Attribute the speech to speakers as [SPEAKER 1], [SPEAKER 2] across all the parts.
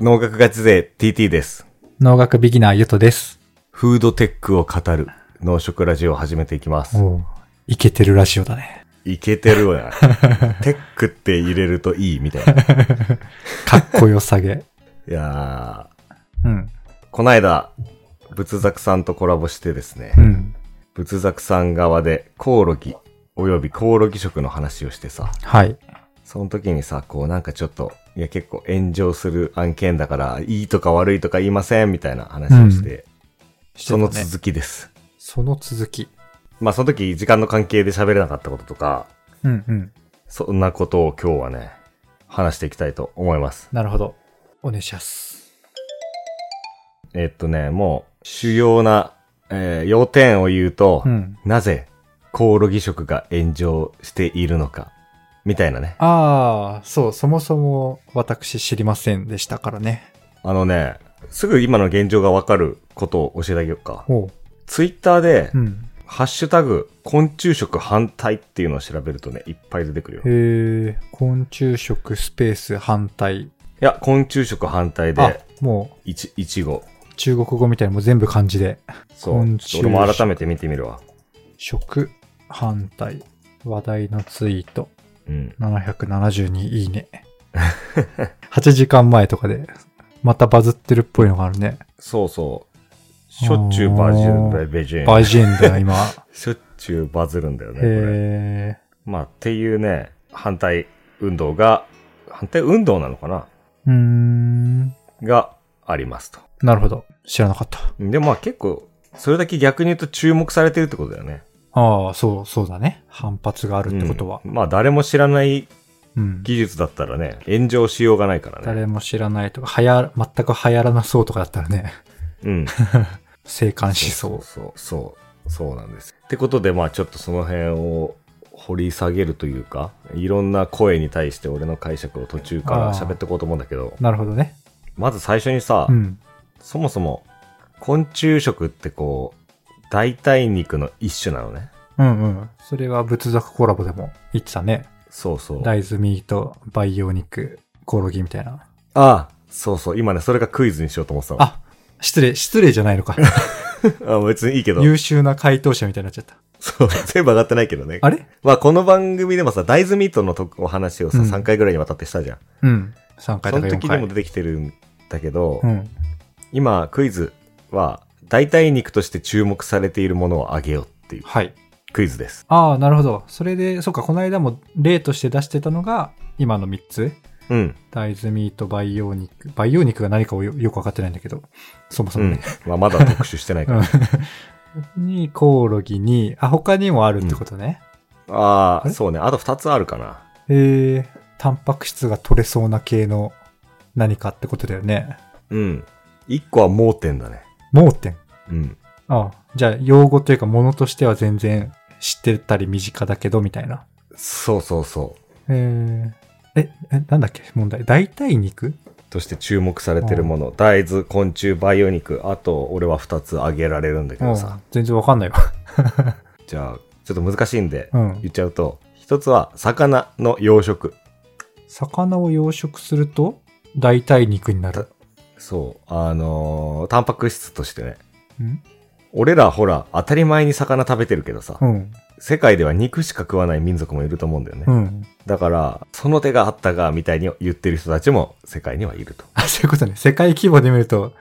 [SPEAKER 1] 農学ガチ勢 TT です。
[SPEAKER 2] 農学ビギナーゆとです。
[SPEAKER 1] フードテックを語る農食ラジオを始めていきます。
[SPEAKER 2] おいけてるラジオだね。
[SPEAKER 1] いけてる わ。テックって入れるといいみたいな。い
[SPEAKER 2] かっこよさげ。
[SPEAKER 1] や
[SPEAKER 2] うん。
[SPEAKER 1] ー、こないだ、仏作さんとコラボしてですね、
[SPEAKER 2] うん。
[SPEAKER 1] 仏作さん側でコオロギおよびコオロギ食の話をしてさ、
[SPEAKER 2] はい。
[SPEAKER 1] その時にさ、こうなんかちょっと、いや結構炎上する案件だから、いいとか悪いとか言いませんみたいな話をして、その
[SPEAKER 2] き。
[SPEAKER 1] 続きです。
[SPEAKER 2] その続き。
[SPEAKER 1] まあその時時間の関係で喋れなかったこととか、
[SPEAKER 2] うんうん。
[SPEAKER 1] そんなことを今日はね、話していきたいと思います。
[SPEAKER 2] なるほど。お願いします。
[SPEAKER 1] えっとね、もう主要な、えー要点を言うと、
[SPEAKER 2] うん。
[SPEAKER 1] なぜコオロギ食が炎上しているのか、みたいなね。
[SPEAKER 2] ああ、そう、そもそも私知りませんでしたからね。
[SPEAKER 1] あのね、すぐ今の現状がわかることを教えてあげようか。
[SPEAKER 2] おう。
[SPEAKER 1] ツイッターで、
[SPEAKER 2] うん。
[SPEAKER 1] ハッシュタグ、昆虫食反対っていうのを調べるとね、いっぱい出てくるよ。い
[SPEAKER 2] へえ、昆虫食スペース反対。
[SPEAKER 1] や、昆虫食反対
[SPEAKER 2] あ
[SPEAKER 1] で、、
[SPEAKER 2] も
[SPEAKER 1] いち、いちご。
[SPEAKER 2] う中国語みたいにもう全部漢字で。
[SPEAKER 1] そう。
[SPEAKER 2] 昆
[SPEAKER 1] ち
[SPEAKER 2] 虫
[SPEAKER 1] ょっと俺も改めて見てみるわ。
[SPEAKER 2] 食反対。話題のツイート。
[SPEAKER 1] うん。
[SPEAKER 2] 772いいね。8時間前とかで、またバズってるっぽいのがあるね。
[SPEAKER 1] そうそう。しょっちゅうバズる、ベジン。
[SPEAKER 2] バイジェンだよ、 今。
[SPEAKER 1] しょっちゅうバズるんだよね、これ。
[SPEAKER 2] へ
[SPEAKER 1] まあ、っていうね、反対運動が、反対運動なのかな
[SPEAKER 2] ー。うーん。
[SPEAKER 1] がありますと。
[SPEAKER 2] なるほど。知らなかった。
[SPEAKER 1] でもまあ結構、それだけ逆に言うと注目されてるってことだよね。
[SPEAKER 2] ああ、そう、そうだね。反発があるってことは。
[SPEAKER 1] うんまあ誰も知らない
[SPEAKER 2] うん。
[SPEAKER 1] 技術だったらね、炎上しようがないからね。
[SPEAKER 2] 誰も知らないとか、流行、全く流行らなそうとかだったらね、
[SPEAKER 1] うん。
[SPEAKER 2] 生還しそう。
[SPEAKER 1] そうそう、そうなんです。ってことで、まあちょっとその辺を掘り下げるというか、いろんな声に対して俺の解釈を途中から喋っていこうと思うんだけど、
[SPEAKER 2] なるほどね。
[SPEAKER 1] まず最初にさ、
[SPEAKER 2] うん。
[SPEAKER 1] そもそも昆虫食ってこう、代替肉の一種なのね。
[SPEAKER 2] うんうん。それは仏作コラボでも言ってたね。
[SPEAKER 1] そうそう。あ
[SPEAKER 2] 大豆ミート、培養肉、コオロギみたいな。
[SPEAKER 1] あ、そうそう。今ね、それがクイズにしようと思ってたの。
[SPEAKER 2] あ、失礼、失礼じゃないのか。
[SPEAKER 1] あ、別にいいけど。
[SPEAKER 2] 優秀な回答者みたいになっちゃった。
[SPEAKER 1] そう、全部上がってないけどね。
[SPEAKER 2] あれ
[SPEAKER 1] まあ、この番組でもさ、大豆ミートのとお話をさ、
[SPEAKER 2] うん
[SPEAKER 1] 3回ぐらいにわたってしたじゃん。
[SPEAKER 2] うん。3回
[SPEAKER 1] その
[SPEAKER 2] とか4回。
[SPEAKER 1] 時にも出てきてるんだけど、
[SPEAKER 2] うん。
[SPEAKER 1] 今クイズは代替肉として注目されているものをあげようっていう
[SPEAKER 2] はい。
[SPEAKER 1] クイズです。
[SPEAKER 2] ああ、なるほど。それで、そっか、この間も例として出してたのが、今の3つ。
[SPEAKER 1] うん。
[SPEAKER 2] 大豆ミート、培養肉。培養肉が何かをよよくわかってないんだけど、そもそうも
[SPEAKER 1] ん
[SPEAKER 2] ね。。
[SPEAKER 1] まあ、まだ特集して ないから。
[SPEAKER 2] うん。に、コオロギに、あ、他にもあるってことね。
[SPEAKER 1] あ
[SPEAKER 2] あ
[SPEAKER 1] あ、
[SPEAKER 2] れ
[SPEAKER 1] そうね。あと2つあるかな。
[SPEAKER 2] えー、タンパク質が取れそうな系の何かってことだよね。
[SPEAKER 1] うん。1個は盲点だね。
[SPEAKER 2] 盲点。
[SPEAKER 1] うん。
[SPEAKER 2] ああ、じゃあ、用語というか、ものとしては全然知ってたり身近だけど、みたいな。
[SPEAKER 1] そうそうそう。
[SPEAKER 2] えー、え、え、なんだっけ問題。代替肉
[SPEAKER 1] として注目されてるもの。大豆、昆虫、培養肉。あと、俺は2つあげられるんだけど
[SPEAKER 2] う
[SPEAKER 1] さ
[SPEAKER 2] ん。全然わかんないわ。
[SPEAKER 1] じゃあ、ちょっと難しいんで、
[SPEAKER 2] うん。
[SPEAKER 1] 言っちゃうと、1つは魚の養殖。
[SPEAKER 2] 魚を養殖すると、代替肉になる。
[SPEAKER 1] そう。あのータンパク質としてね。
[SPEAKER 2] うん
[SPEAKER 1] 俺らほら、当たり前に魚食べてるけどさ、
[SPEAKER 2] うん。
[SPEAKER 1] 世界では肉しか食わない民族もいると思うんだよね。
[SPEAKER 2] うん。
[SPEAKER 1] だから、その手があったが、みたいに言ってる人たちも世界にはいると。
[SPEAKER 2] あ、そういうことね。世界規模で見ると、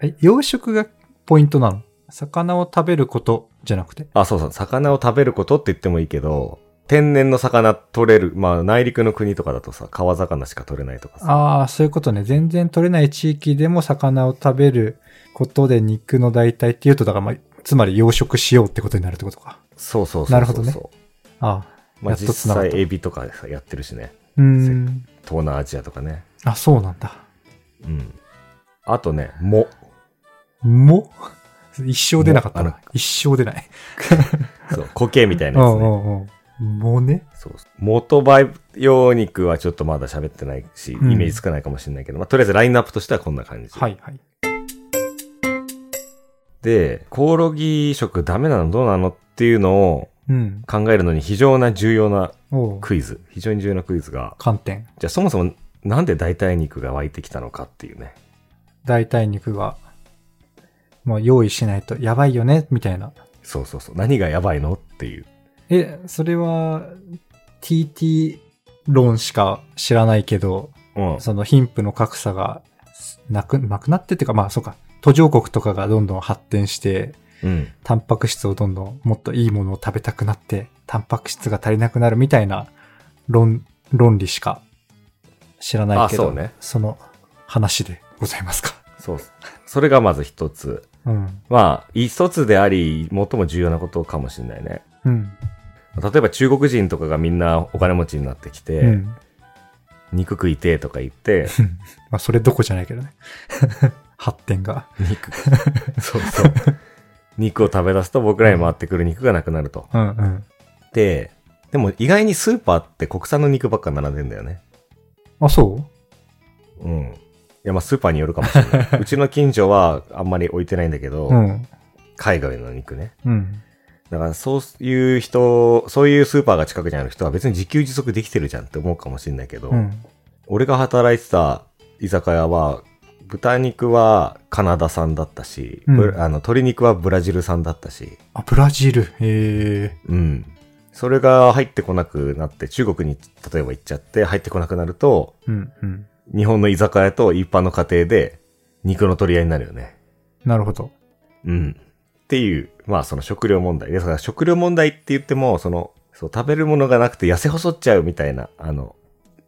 [SPEAKER 2] え、養殖がポイントなの魚を食べることじゃなくて。
[SPEAKER 1] あ、そうそう、魚を食べることって言ってもいいけど、天然の魚取れる、まあ内陸の国とかだとさ、川魚しか取れないとかさ。
[SPEAKER 2] ああ、そういうことね。全然取れない地域でも魚を食べることで肉の代替っていうと、だからまあ、つまり養殖しようってことになるってことか。
[SPEAKER 1] そうそうそうそう。
[SPEAKER 2] なるほどね。ああ、
[SPEAKER 1] まあ
[SPEAKER 2] やっと
[SPEAKER 1] 実
[SPEAKER 2] 繋がった
[SPEAKER 1] 際エビとかでさ、やってるしね。
[SPEAKER 2] うーん。
[SPEAKER 1] 東南アジアとかね。
[SPEAKER 2] あ、そうなんだ。
[SPEAKER 1] うん。あとね、藻。
[SPEAKER 2] も一生出なかった
[SPEAKER 1] もあ
[SPEAKER 2] な。一生出ない。
[SPEAKER 1] そう、苔みたいな
[SPEAKER 2] う
[SPEAKER 1] やつ
[SPEAKER 2] んう
[SPEAKER 1] ね。
[SPEAKER 2] んうん。もね。
[SPEAKER 1] そうそう。元培養肉はちょっとまだ喋ってないし、イ
[SPEAKER 2] うん
[SPEAKER 1] メージつかないかもしれないけど、まあとりあえずラインナップとしてはこんな感じ。
[SPEAKER 2] はいはい。
[SPEAKER 1] で、コオロギ食ダメなのどうなのっていうのを
[SPEAKER 2] うん。
[SPEAKER 1] 考えるのに非常な重要な
[SPEAKER 2] おう
[SPEAKER 1] クイズ。非常に重要なクイズが、
[SPEAKER 2] 観点。
[SPEAKER 1] じゃあそもそもなんで代替肉が湧いてきたのかっていうね。
[SPEAKER 2] 代替肉が、もう用意しないとやばいよね、みたいな。
[SPEAKER 1] そうそうそう。何がやばいのっていう。
[SPEAKER 2] え、それは、TT 論しか知らないけど、
[SPEAKER 1] うん。
[SPEAKER 2] その貧富の格差がなく、なくなってっていうか、まあそうか、途上国とかがどんどん発展して、
[SPEAKER 1] うん。
[SPEAKER 2] タンパク質をどんどんもっといいものを食べたくなって、タンパク質が足りなくなるみたいな論、論理しか知らないけど、
[SPEAKER 1] あそうね
[SPEAKER 2] その話でございますか。
[SPEAKER 1] そうっす。それがまず一つ。
[SPEAKER 2] うん。
[SPEAKER 1] まあ、一つであり、最も重要なことかもしれないね。
[SPEAKER 2] うん。
[SPEAKER 1] 例えば中国人とかがみんなお金持ちになってきて、
[SPEAKER 2] うん。
[SPEAKER 1] 肉食いてえとか言っ て、
[SPEAKER 2] まあそれどこじゃないけどね。 発展が。
[SPEAKER 1] 肉、そうそう。肉を食べ出すと僕らに回ってくる肉がなくなると。
[SPEAKER 2] うんうん。
[SPEAKER 1] で、でも意外にスーパーって国産の肉ばっか並んでんだよね。
[SPEAKER 2] あ、そう
[SPEAKER 1] うん。いや、まあスーパーによるかもしれない。うちの近所はあんまり置いてないんだけど、
[SPEAKER 2] うん。
[SPEAKER 1] 海外の肉ね。
[SPEAKER 2] うん。
[SPEAKER 1] だからそういう人、そういうスーパーが近くにある人は別に自給自足できてるじゃんって思うかもしれないけど、
[SPEAKER 2] うん。
[SPEAKER 1] 俺が働いてた居酒屋は、豚肉はカナダ産だったし、
[SPEAKER 2] うん
[SPEAKER 1] ぶあの鶏肉はブラジル産だったし、
[SPEAKER 2] あ、ブラジル。へえ。
[SPEAKER 1] うん。それが入ってこなくなって、中国に例えば行っちゃって入ってこなくなると、
[SPEAKER 2] うんうん。
[SPEAKER 1] 日本の居酒屋と一般の家庭で肉の取り合いになるよね。
[SPEAKER 2] なるほど。
[SPEAKER 1] うん。っていう、まあその食料問題。ですから食料問題って言っても、その、そう食べるものがなくて痩せ細っちゃうみたいな、あの、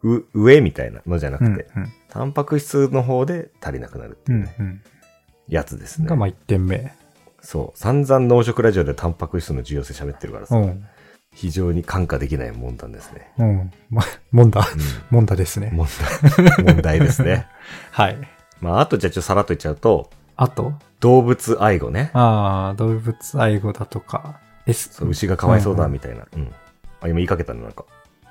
[SPEAKER 1] う、上みたいなのじゃなく
[SPEAKER 2] う
[SPEAKER 1] て、
[SPEAKER 2] んうん。
[SPEAKER 1] タンパク質の方で足りなくなるって
[SPEAKER 2] う
[SPEAKER 1] いうんね、
[SPEAKER 2] うん。
[SPEAKER 1] やつですね
[SPEAKER 2] が、。まあ1点目。
[SPEAKER 1] そう。散々農食ラジオでタンパク質の重要性喋ってるから
[SPEAKER 2] う
[SPEAKER 1] さ、
[SPEAKER 2] ん。
[SPEAKER 1] 非常に感化できない問題ですね。
[SPEAKER 2] うん。ま、もんだ。
[SPEAKER 1] うん
[SPEAKER 2] もんだですね。
[SPEAKER 1] 問題、 問題ですね。
[SPEAKER 2] はい。
[SPEAKER 1] まあ、あとじゃあちょっとさらっと言っちゃうと、
[SPEAKER 2] あと、
[SPEAKER 1] 動物愛護ね。
[SPEAKER 2] ああ、動物愛護だとか、S、
[SPEAKER 1] そう牛がかわいそうだ
[SPEAKER 2] うん
[SPEAKER 1] みたいな。うん。あ、今言いかけたのなんか。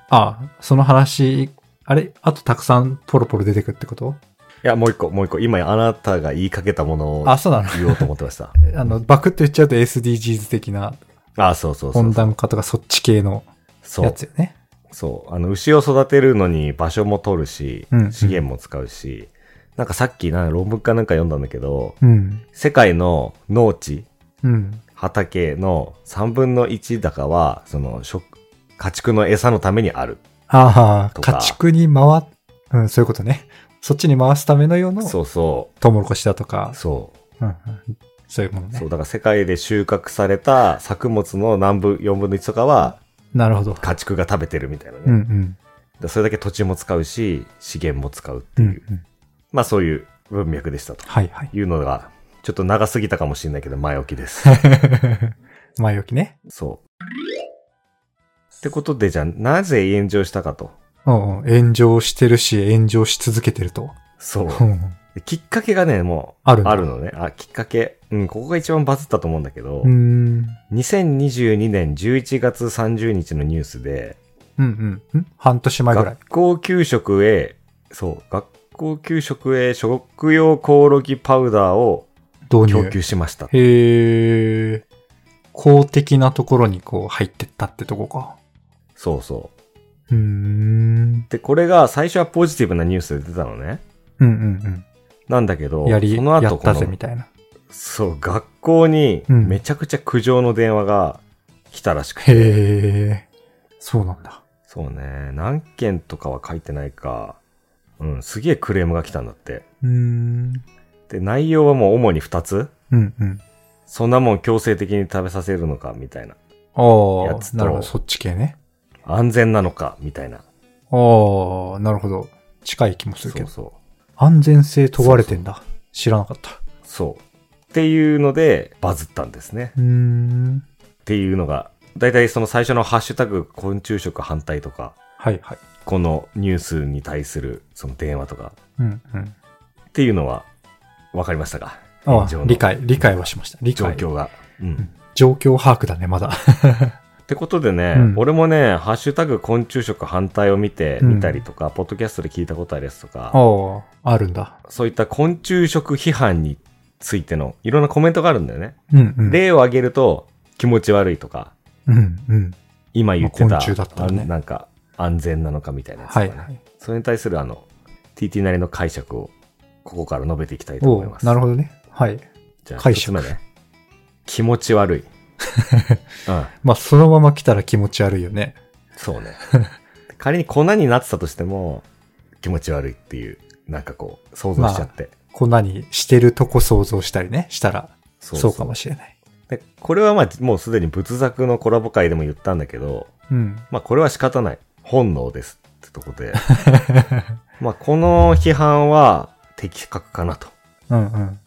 [SPEAKER 2] ああ、その話、あれあとたくさんポロポロ出てくるってこと
[SPEAKER 1] いや、もう一個、もう一個。今あなたが言いかけたものを
[SPEAKER 2] あ、そうなの。
[SPEAKER 1] 言おうと思ってました。
[SPEAKER 2] あの、バクッと言っちゃうと SDGs 的な
[SPEAKER 1] あ、そうそうそうそ
[SPEAKER 2] 温
[SPEAKER 1] う。
[SPEAKER 2] 暖化とかそっち系の
[SPEAKER 1] そ
[SPEAKER 2] や
[SPEAKER 1] う
[SPEAKER 2] つ。よね。
[SPEAKER 1] そう。あの、牛を育てるのに場所も取るし
[SPEAKER 2] う、ん
[SPEAKER 1] 資源も使うし、なんかさっきな、論文かなんか読んだんだけど、
[SPEAKER 2] うん。
[SPEAKER 1] 世界の農地、
[SPEAKER 2] うん。
[SPEAKER 1] 畑の3分の1だかは、その、食家畜の餌のためにある。
[SPEAKER 2] ああ、
[SPEAKER 1] とか
[SPEAKER 2] 家畜に回っ、うん、そういうことね。そっちに回すための用の
[SPEAKER 1] そうそ
[SPEAKER 2] トウモロコシだとか
[SPEAKER 1] う。、そう。
[SPEAKER 2] うんうんそういうもの
[SPEAKER 1] そ
[SPEAKER 2] ね
[SPEAKER 1] う、。だから世界で収穫された作物の何分、4分の1とかは
[SPEAKER 2] なるほど。
[SPEAKER 1] 家畜が食べてるみたいなね。
[SPEAKER 2] う
[SPEAKER 1] だ
[SPEAKER 2] んう
[SPEAKER 1] か
[SPEAKER 2] ん。
[SPEAKER 1] らそれだけ土地も使うし、資源も使うって
[SPEAKER 2] うん
[SPEAKER 1] いうう。
[SPEAKER 2] ん。
[SPEAKER 1] まあそういう文脈でしたと
[SPEAKER 2] は いはい。
[SPEAKER 1] いうのが、ちょっと長すぎたかもしれないけど前置きです。
[SPEAKER 2] 前置きね。
[SPEAKER 1] そう。ってことでじゃあ、なぜ炎上したかと。
[SPEAKER 2] うんうん。炎上してるし、炎上し続けてると。
[SPEAKER 1] そう
[SPEAKER 2] う。んうん
[SPEAKER 1] できっかけがね、もう、
[SPEAKER 2] あるんだ
[SPEAKER 1] あるのね。あ、きっかけ。うん、ここが一番バズったと思うんだけど、
[SPEAKER 2] うーん。
[SPEAKER 1] 2022年11月30日のニュースで、
[SPEAKER 2] うんうん。ん半年前ぐらい。
[SPEAKER 1] 学校給食へ、そう、学校給食へ食用コオロギパウダーを
[SPEAKER 2] 導
[SPEAKER 1] 供
[SPEAKER 2] 入
[SPEAKER 1] 給。しました。
[SPEAKER 2] へえ。公的なところにこう入ってったってとこか。
[SPEAKER 1] そうそう。
[SPEAKER 2] うーん。
[SPEAKER 1] で、これが最初はポジティブなニュースで出たのね。
[SPEAKER 2] うんうん
[SPEAKER 1] なんだけど、
[SPEAKER 2] うん。やり、
[SPEAKER 1] その
[SPEAKER 2] や
[SPEAKER 1] 後
[SPEAKER 2] っ
[SPEAKER 1] こ
[SPEAKER 2] たぜみ
[SPEAKER 1] の、
[SPEAKER 2] たいな。
[SPEAKER 1] そう、学校に
[SPEAKER 2] うん
[SPEAKER 1] めちゃくちゃ苦情の電話が来たらしくて、
[SPEAKER 2] へえ。そうなんだ。
[SPEAKER 1] そうね、何件とかは書いてないか、うん、すげえクレームが来たんだって。
[SPEAKER 2] うーん。
[SPEAKER 1] で、内容はもう主に2つ。
[SPEAKER 2] うんうん。
[SPEAKER 1] そんなもん強制的に食べさせるのか、みたいな。
[SPEAKER 2] あ
[SPEAKER 1] やつ
[SPEAKER 2] あ、
[SPEAKER 1] と
[SPEAKER 2] なるほど。そっち系ね。
[SPEAKER 1] 安全なのか、みたいな。
[SPEAKER 2] ああ、なるほど。近い気もするけ
[SPEAKER 1] そう
[SPEAKER 2] ど。
[SPEAKER 1] そう。
[SPEAKER 2] 安全性問われてんだ。知らなかった。
[SPEAKER 1] そう。っていうので、バズったんですね。
[SPEAKER 2] うーん。
[SPEAKER 1] っていうのが、だいたいその最初のハッシュタグ昆虫食反対とか、
[SPEAKER 2] はいはい。
[SPEAKER 1] このニュースに対するその電話とか、
[SPEAKER 2] うんうん。
[SPEAKER 1] っていうのは、わかりましたか
[SPEAKER 2] あ
[SPEAKER 1] 現状
[SPEAKER 2] あ、
[SPEAKER 1] の
[SPEAKER 2] 理解、理解はしました。理
[SPEAKER 1] 状
[SPEAKER 2] 解。
[SPEAKER 1] 況が。うん。
[SPEAKER 2] 状況把握だね、まだ。
[SPEAKER 1] ってことでね、
[SPEAKER 2] うん
[SPEAKER 1] 俺もね、ハッシュタグ昆虫食反対を見て
[SPEAKER 2] うん
[SPEAKER 1] みたりとか、ポッドキャストで聞いたことあるやつとか、
[SPEAKER 2] ああ、あるんだ。
[SPEAKER 1] そういった昆虫食批判についてのいろんなコメントがあるんだよね。
[SPEAKER 2] うんうん。、
[SPEAKER 1] 例を挙げると、気持ち悪いとか、
[SPEAKER 2] うんうん。
[SPEAKER 1] 今言って
[SPEAKER 2] ま
[SPEAKER 1] た、
[SPEAKER 2] あ昆虫だったらね
[SPEAKER 1] あんなんか安全なのかみたいなやつとか
[SPEAKER 2] は
[SPEAKER 1] ね
[SPEAKER 2] いはい。
[SPEAKER 1] それに対するあの、TT なりの解釈をここから述べていきたいと
[SPEAKER 2] お
[SPEAKER 1] 思いま
[SPEAKER 2] う
[SPEAKER 1] す。
[SPEAKER 2] なるほどね。はい。
[SPEAKER 1] じゃあ、
[SPEAKER 2] 解
[SPEAKER 1] 一
[SPEAKER 2] 釈
[SPEAKER 1] つ目ね。気持ち悪い。 うん。
[SPEAKER 2] まあ、そのまま来たら気持ち悪いよね。
[SPEAKER 1] そうね。 仮に粉になってたとしても、気持ち悪いっていう、なんかこう、想像しちゃって。
[SPEAKER 2] 粉にしてるとこ想像したりね、したら、
[SPEAKER 1] そ
[SPEAKER 2] そうかもしれない。
[SPEAKER 1] でこれはまあ、もうすでに仏作のコラボ会でも言ったんだけど、
[SPEAKER 2] うん。
[SPEAKER 1] まあ、これは仕方ない。本能ですってとこ で。まあ、この批判は的確か なと。
[SPEAKER 2] うんうん。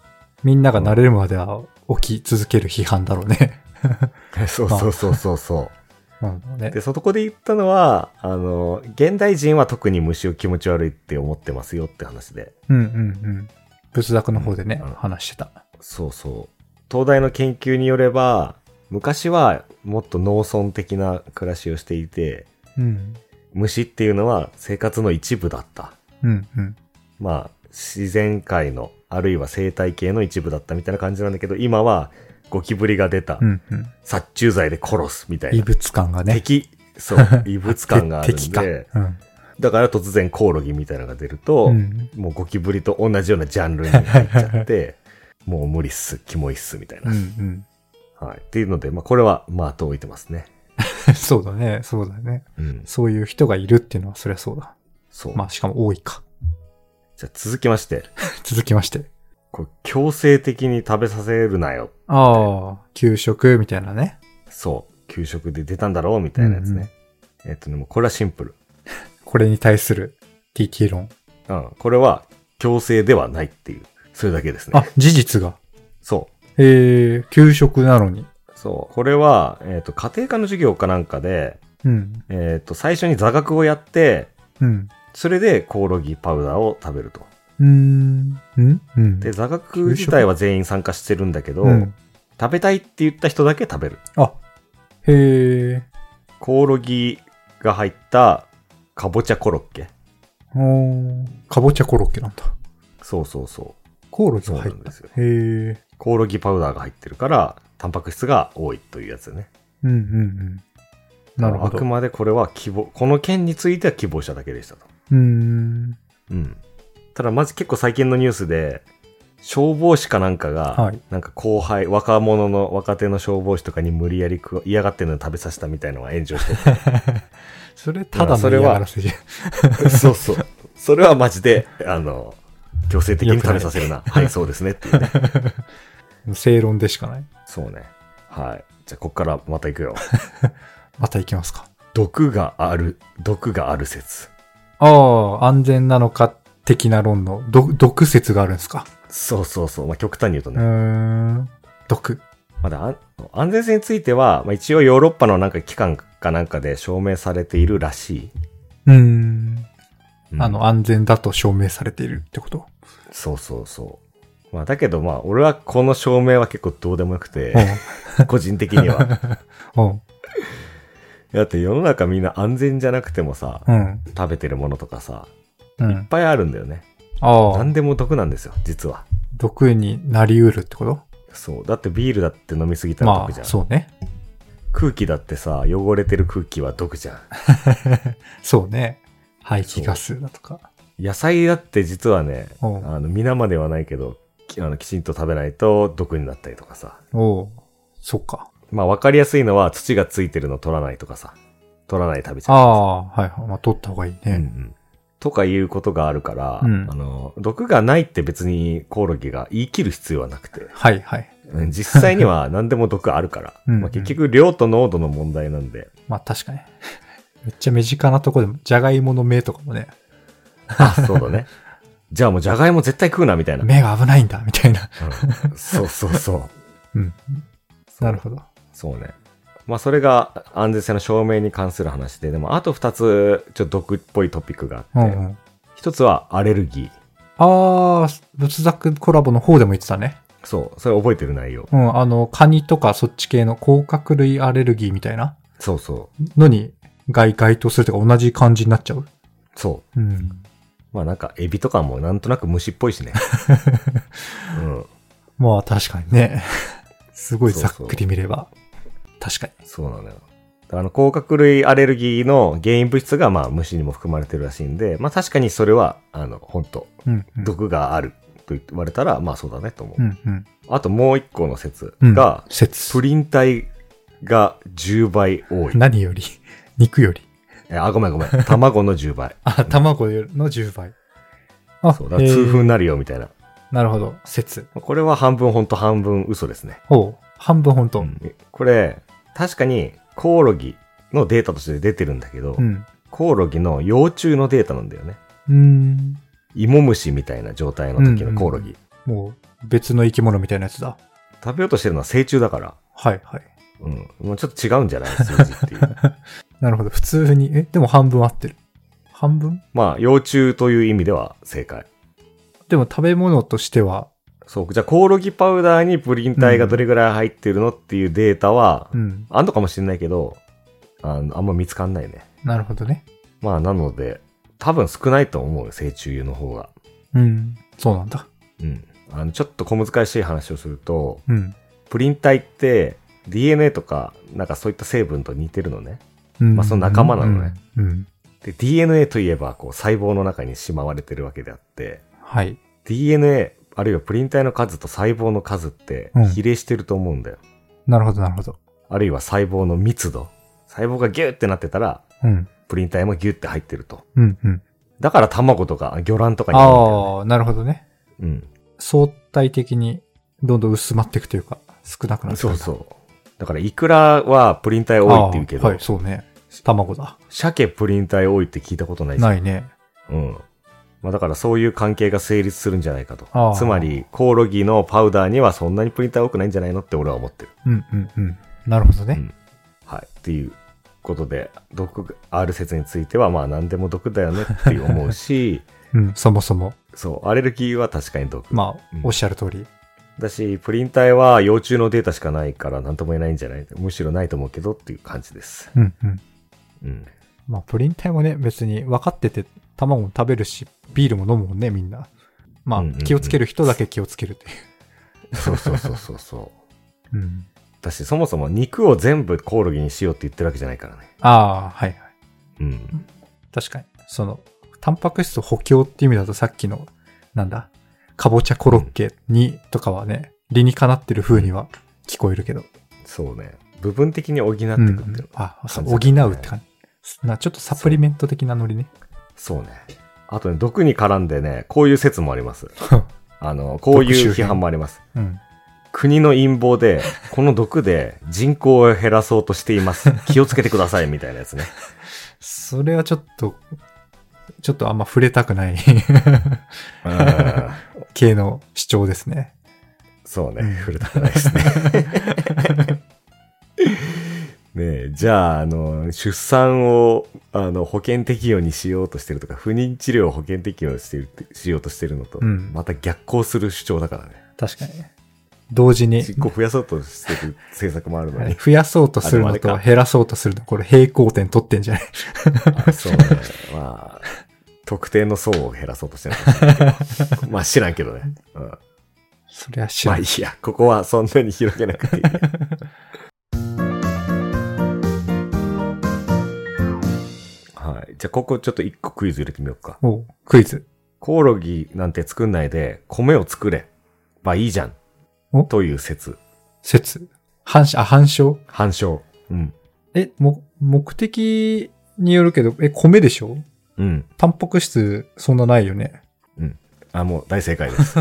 [SPEAKER 2] みんなが慣れるまでは起き続ける批判だろうね。
[SPEAKER 1] そうそうそうそうそう。
[SPEAKER 2] うん、ね
[SPEAKER 1] で、。そこで言ったのは、あの、現代人は特に虫を気持ち悪いって思ってますよって話で。
[SPEAKER 2] うんうんうん。仏作の方でね、
[SPEAKER 1] うん
[SPEAKER 2] 話してた。
[SPEAKER 1] そうそう。東大の研究によれば、昔はもっと農村的な暮らしをしていて、
[SPEAKER 2] うん。
[SPEAKER 1] 虫っていうのは生活の一部だった。
[SPEAKER 2] うんうん。
[SPEAKER 1] まあ、自然界の、あるいは生態系の一部だったみたいな感じなんだけど、今はゴキブリが出た、
[SPEAKER 2] うんうん。
[SPEAKER 1] 殺虫剤で殺すみたい
[SPEAKER 2] 異
[SPEAKER 1] な。
[SPEAKER 2] 物感がね。
[SPEAKER 1] 敵、 そう、異物感があるん
[SPEAKER 2] 敵か。
[SPEAKER 1] で、
[SPEAKER 2] うん。
[SPEAKER 1] だから突然コオロギみたいなのが出ると、
[SPEAKER 2] うん
[SPEAKER 1] もうゴキブリと同じようなジャンルに入っちゃ って、もう無理っす、キモいっす、みたい
[SPEAKER 2] うん
[SPEAKER 1] な。はい。っていうので、まあこれは、まあと置いてますね。
[SPEAKER 2] うん。 そうだね、そうだね。
[SPEAKER 1] うん。
[SPEAKER 2] そういう人がいるっていうのは、そりゃそうだ。
[SPEAKER 1] そう。
[SPEAKER 2] まあ、しかも多いか。
[SPEAKER 1] じゃあ続きまして、
[SPEAKER 2] 続きまして。
[SPEAKER 1] こう強制的に食べさせるなよ。
[SPEAKER 2] ああ、給食みたいなね。
[SPEAKER 1] そう。給食で出たんだろうみたいなやつね。えっとね、もうこれはシンプル。
[SPEAKER 2] これに対する TT 論。
[SPEAKER 1] うん。これは、強制ではないっていう。それだけですね
[SPEAKER 2] あ。、事実が。
[SPEAKER 1] そう。
[SPEAKER 2] えー、給食なのに。
[SPEAKER 1] そう。これは、えっ、と、家庭科の授業かなんかで、
[SPEAKER 2] うん。
[SPEAKER 1] えっ、と、最初に座学をやって、
[SPEAKER 2] うん。
[SPEAKER 1] それでコオロギパウダーを食べると。
[SPEAKER 2] うーん。うんうん。
[SPEAKER 1] で、座学自体は全員参加してるんだけど、
[SPEAKER 2] うん。
[SPEAKER 1] 食べたいって言った人だけ食べる。
[SPEAKER 2] あ、へえ。
[SPEAKER 1] コオロギが入ったかぼちゃコロッケ。
[SPEAKER 2] おーかぼちゃコロッケなんだ。
[SPEAKER 1] そうそうそう。
[SPEAKER 2] コオロギ
[SPEAKER 1] そう
[SPEAKER 2] が
[SPEAKER 1] な
[SPEAKER 2] 入っ
[SPEAKER 1] んですよ。
[SPEAKER 2] た。へえ。
[SPEAKER 1] コオロギパウダーが入ってるから、タンパク質が多いというやつね。
[SPEAKER 2] うんうんうん。なるほど。
[SPEAKER 1] あく
[SPEAKER 2] う
[SPEAKER 1] までこれは希望、この件については希望者だけでしたと。
[SPEAKER 2] ーん。
[SPEAKER 1] うん。ただまず結構最近のニュースで、消防士かなんかが、
[SPEAKER 2] はい
[SPEAKER 1] なんか後輩、若者の、若手の消防士とかに無理やり食わ嫌がってるのに食べさせたみたいのが炎上 してて
[SPEAKER 2] それ、ただ
[SPEAKER 1] そ
[SPEAKER 2] の
[SPEAKER 1] れ
[SPEAKER 2] 嫌
[SPEAKER 1] は
[SPEAKER 2] がらせじゃん。
[SPEAKER 1] そうそう。それはマジで、あの、強制的に食べさせるな。はい、そうですねっていうね。
[SPEAKER 2] 正論でしかない。
[SPEAKER 1] そうね。はい。じゃあ、こっからまた行くよ。
[SPEAKER 2] また行きますか。
[SPEAKER 1] 毒がある、毒がある説。
[SPEAKER 2] ああ、安全なのか的な論の、ど毒説があるんですか。
[SPEAKER 1] そうそうそう。まあ、極端に言うと
[SPEAKER 2] う
[SPEAKER 1] ね。
[SPEAKER 2] ーん。毒。
[SPEAKER 1] まだ安安全性については、まあ、一応ヨーロッパのなんか機関かなんかで証明されているらしい。
[SPEAKER 2] うーん。
[SPEAKER 1] うん
[SPEAKER 2] あの、安全だと証明されているってこと。
[SPEAKER 1] そうそうそう。まあ、だけどまあ、俺はこの証明は結構どうでもよくて、 個人的には。
[SPEAKER 2] うん。うん
[SPEAKER 1] だって世の中みんな安全じゃなくてもさ、
[SPEAKER 2] うん。
[SPEAKER 1] 食べてるものとかさ、
[SPEAKER 2] う
[SPEAKER 1] いっ
[SPEAKER 2] ん。
[SPEAKER 1] ぱいあるんだよね。
[SPEAKER 2] ああ、
[SPEAKER 1] 何でも毒なんですよ、実は。
[SPEAKER 2] 毒になりうるってこと
[SPEAKER 1] そう。だってビールだって飲みすぎたら
[SPEAKER 2] ま
[SPEAKER 1] 毒じゃ
[SPEAKER 2] あ、
[SPEAKER 1] ん。
[SPEAKER 2] そうね。
[SPEAKER 1] 空気だってさ、汚れてる空気は毒じゃん。
[SPEAKER 2] そうね。排気ガスだとか。
[SPEAKER 1] 野菜だって実はね、
[SPEAKER 2] おう
[SPEAKER 1] あの、皆まではないけど、きあのきちんと食べないと毒になったりとかさ。
[SPEAKER 2] おうそっか。
[SPEAKER 1] まあ、わかりやすいのは土がついてるの取らないとかさ。取らない食べちゃ
[SPEAKER 2] あ
[SPEAKER 1] う。
[SPEAKER 2] あ、はいはい。まあ、取った方がいい
[SPEAKER 1] うんう
[SPEAKER 2] ね。
[SPEAKER 1] んとかいうことがあるから、
[SPEAKER 2] うん
[SPEAKER 1] あの、毒がないって別にコオロギが言い切る必要はなくて、
[SPEAKER 2] はいはい。
[SPEAKER 1] うん実際に は何でも毒あるから、
[SPEAKER 2] うん
[SPEAKER 1] まあ、結局量と濃度の問題なん で、
[SPEAKER 2] まあ、確かに。めっちゃ身近なとこでも、じゃがいもの芽とかもね、
[SPEAKER 1] あ、そうだね。じゃあもうじゃがいも絶対食うなみたいな。
[SPEAKER 2] 芽が危ないんだ、みたいな。
[SPEAKER 1] うんそうそうそう。
[SPEAKER 2] うん。なるほ
[SPEAKER 1] ど。
[SPEAKER 2] ど。
[SPEAKER 1] そうね。まあそれが安全性の証明に関する話で、でもあと二つちょっと毒っぽいトピックが
[SPEAKER 2] う
[SPEAKER 1] あって、
[SPEAKER 2] んうん。
[SPEAKER 1] 一つはアレルギー。
[SPEAKER 2] ああ、仏作コラボの方でも言ってたね。
[SPEAKER 1] そう、それ覚えてる内容。
[SPEAKER 2] うん、あの、カニとかそっち系の甲殻類アレルギーみたいな
[SPEAKER 1] そうそう、
[SPEAKER 2] のに該該当するとか同じ感じになっちゃう。
[SPEAKER 1] そう。
[SPEAKER 2] うん。
[SPEAKER 1] まあなんか、エビとかもなんとなく虫っぽいし ね。うん。
[SPEAKER 2] まあ確かにね。 すごいざっ
[SPEAKER 1] そう
[SPEAKER 2] く
[SPEAKER 1] そ
[SPEAKER 2] り見れば。確かに。
[SPEAKER 1] そうなのよ。あの、甲殻類アレルギーの原因物質が、まあ、虫にも含まれてるらしいんで、まあ確かにそれは、あの、本当
[SPEAKER 2] うん、うん。
[SPEAKER 1] 毒があると言われたら、まあそうだねと思う。
[SPEAKER 2] うんうん。
[SPEAKER 1] あともう一個の説
[SPEAKER 2] うん、
[SPEAKER 1] が、
[SPEAKER 2] 説
[SPEAKER 1] プ。リン体が10倍多い。
[SPEAKER 2] 何 より、肉より。
[SPEAKER 1] えあ、ごめんご めん。卵の10倍。
[SPEAKER 2] あ、卵よりの10倍。あ、
[SPEAKER 1] そうだ、痛風になるよみたいな。
[SPEAKER 2] えーなるほど。説。
[SPEAKER 1] これは半分本当半分嘘ですね。
[SPEAKER 2] ほう。半分本当。うん。
[SPEAKER 1] これ、確かにコオロギのデータとして出てるんだけど、
[SPEAKER 2] うん。
[SPEAKER 1] コオロギの幼虫のデータなんだよね。
[SPEAKER 2] ん。
[SPEAKER 1] 芋虫みたいな状態の時のコオロギ。
[SPEAKER 2] うんもう、別の生き物みたいなやつだ。
[SPEAKER 1] 食べようとしてるのは成虫だから。
[SPEAKER 2] はいはい。
[SPEAKER 1] うん。もうちょっと違うんじゃない数字 っていう。
[SPEAKER 2] なるほど。普通に、え、でも半分合ってる。半分
[SPEAKER 1] まあ、幼虫という意味では正解。
[SPEAKER 2] でも食べ物としては、
[SPEAKER 1] そう。じゃあ、コオロギパウダーにプリン体がどれぐらい入ってるのっていうデータは、
[SPEAKER 2] うん。
[SPEAKER 1] あんのかもしれないけど、あのあんま見つかんないね。
[SPEAKER 2] なるほどね。
[SPEAKER 1] まあ、なので、多分少ないと思うよ、成虫の方が。
[SPEAKER 2] うん。そうなんだ。
[SPEAKER 1] うん。あの、ちょっと小難しい話をすると、
[SPEAKER 2] うん。
[SPEAKER 1] プリン体って DNA とか、なんかそういった成分と似てるのね。
[SPEAKER 2] うん
[SPEAKER 1] まあその仲間なのね。
[SPEAKER 2] うん。うん
[SPEAKER 1] で、DNA といえば、こう、細胞の中にしまわれてるわけであって、
[SPEAKER 2] はい。
[SPEAKER 1] DNA、あるいはプリン体の数と細胞の数って
[SPEAKER 2] うん
[SPEAKER 1] 比例してると思うんだよ。
[SPEAKER 2] なるほど、なるほど。
[SPEAKER 1] あるいは細胞の密度。細胞がギューってなってたら、
[SPEAKER 2] うん。
[SPEAKER 1] プリン体もギューって入ってると。
[SPEAKER 2] うん、うん。
[SPEAKER 1] だから卵とか魚卵とかになるんだよ
[SPEAKER 2] ああ、なるほどね。
[SPEAKER 1] ね。
[SPEAKER 2] 相対的に、どんどん薄まっていくというか、少なく
[SPEAKER 1] う
[SPEAKER 2] なっ
[SPEAKER 1] ん。
[SPEAKER 2] てく
[SPEAKER 1] そ
[SPEAKER 2] る
[SPEAKER 1] うん
[SPEAKER 2] だ。
[SPEAKER 1] そう。だから、イクラはプリン体多いって言うけど、
[SPEAKER 2] あーはい、そうね。卵だ。
[SPEAKER 1] 鮭プリン体多いって聞いたことないじゃん
[SPEAKER 2] ないね。
[SPEAKER 1] うん。まあだからそういう関係が成立するんじゃないかと
[SPEAKER 2] あ。ー
[SPEAKER 1] つまり、コオロギのパウダーにはそんなにプリン体多くないんじゃないのって俺は思ってる。
[SPEAKER 2] うん、うん、うん。なるほどね。
[SPEAKER 1] はい。っていうことで、毒ある説については、まあ何でも毒だよねって思うし、
[SPEAKER 2] うん、そもそも。
[SPEAKER 1] そう、アレルギーは確かに毒。
[SPEAKER 2] まあ
[SPEAKER 1] うん、
[SPEAKER 2] おっしゃる通り。
[SPEAKER 1] だし、プリン体は幼虫のデータしかないから何とも言えないんじゃないむしろないと思うけどっていう感じです。
[SPEAKER 2] うん、うん。
[SPEAKER 1] うん。
[SPEAKER 2] まあ、プリン体もね、別に分かってて、卵も食べるし、ビールも飲むもんね、みんな。まあ、
[SPEAKER 1] うんうんうん
[SPEAKER 2] 気をつける人だけ気をつけるとい
[SPEAKER 1] そうそうそうそうそう。
[SPEAKER 2] う。うん。
[SPEAKER 1] だし、そもそも肉を全部コオロギにしようって言ってるわけじゃないからね。
[SPEAKER 2] ああ、はいはい。
[SPEAKER 1] うん。
[SPEAKER 2] 確かに。その、タンパク質補強っていう意味だとさっきの、なんだ、かぼちゃコロッケにとかはね、理にかなってる風には聞こえるけど。
[SPEAKER 1] そうね。部分的に補っていくってい
[SPEAKER 2] うん
[SPEAKER 1] う
[SPEAKER 2] う
[SPEAKER 1] の、
[SPEAKER 2] ん、あ、そう補
[SPEAKER 1] 感
[SPEAKER 2] うっ
[SPEAKER 1] じ
[SPEAKER 2] て
[SPEAKER 1] だよね
[SPEAKER 2] 感じ。なちょっとサプリメント的なノリね。
[SPEAKER 1] そうね。あとね、毒に絡んでね、こういう説もあり ます。あの、こう
[SPEAKER 2] 毒
[SPEAKER 1] いう
[SPEAKER 2] 周辺
[SPEAKER 1] 批判もあります。
[SPEAKER 2] うん。
[SPEAKER 1] 国の陰謀で、この毒で人口を減らそうとしています。気をつけてください、みたいなや つね。
[SPEAKER 2] それはちょっと、ちょっとあんま触れたくない
[SPEAKER 1] うん
[SPEAKER 2] 系の主張ですね。
[SPEAKER 1] そう
[SPEAKER 2] うん
[SPEAKER 1] ね。触れたくないです ね。ねえ、じゃあ、あの、出産を、あの、保険適用にしようとしてるとか、不妊治療を保険適用してるって、しようとしてるのと、
[SPEAKER 2] うん
[SPEAKER 1] また逆行する主張だからね。
[SPEAKER 2] 確かに。同時に、
[SPEAKER 1] 実行増やそうとしてる政策もあるの
[SPEAKER 2] は
[SPEAKER 1] に
[SPEAKER 2] い。増やそうとする
[SPEAKER 1] あ
[SPEAKER 2] の
[SPEAKER 1] でもあ
[SPEAKER 2] と
[SPEAKER 1] れか
[SPEAKER 2] 減らそうとするの、これ平行点取ってんじゃない
[SPEAKER 1] あそうね。まあ、特定の層を減らそうとしてるのかな まあ知らんけどね。うん、
[SPEAKER 2] それは知
[SPEAKER 1] まあ
[SPEAKER 2] ら
[SPEAKER 1] い
[SPEAKER 2] ん。
[SPEAKER 1] いや、ここはそんなに広げなくていい や。はい。じゃあ、ここちょっと一個クイズ入れてみようか。
[SPEAKER 2] おうクイズ。
[SPEAKER 1] コオロギなんて作んないで、米を作ればいいじゃん
[SPEAKER 2] お。
[SPEAKER 1] という説。
[SPEAKER 2] 説。反射、あ、反証
[SPEAKER 1] 反証。うん。
[SPEAKER 2] え、も、目的によるけど、え、米でしょ
[SPEAKER 1] うん。
[SPEAKER 2] タンパク質そんなないよね。
[SPEAKER 1] あ、もう大正解 です。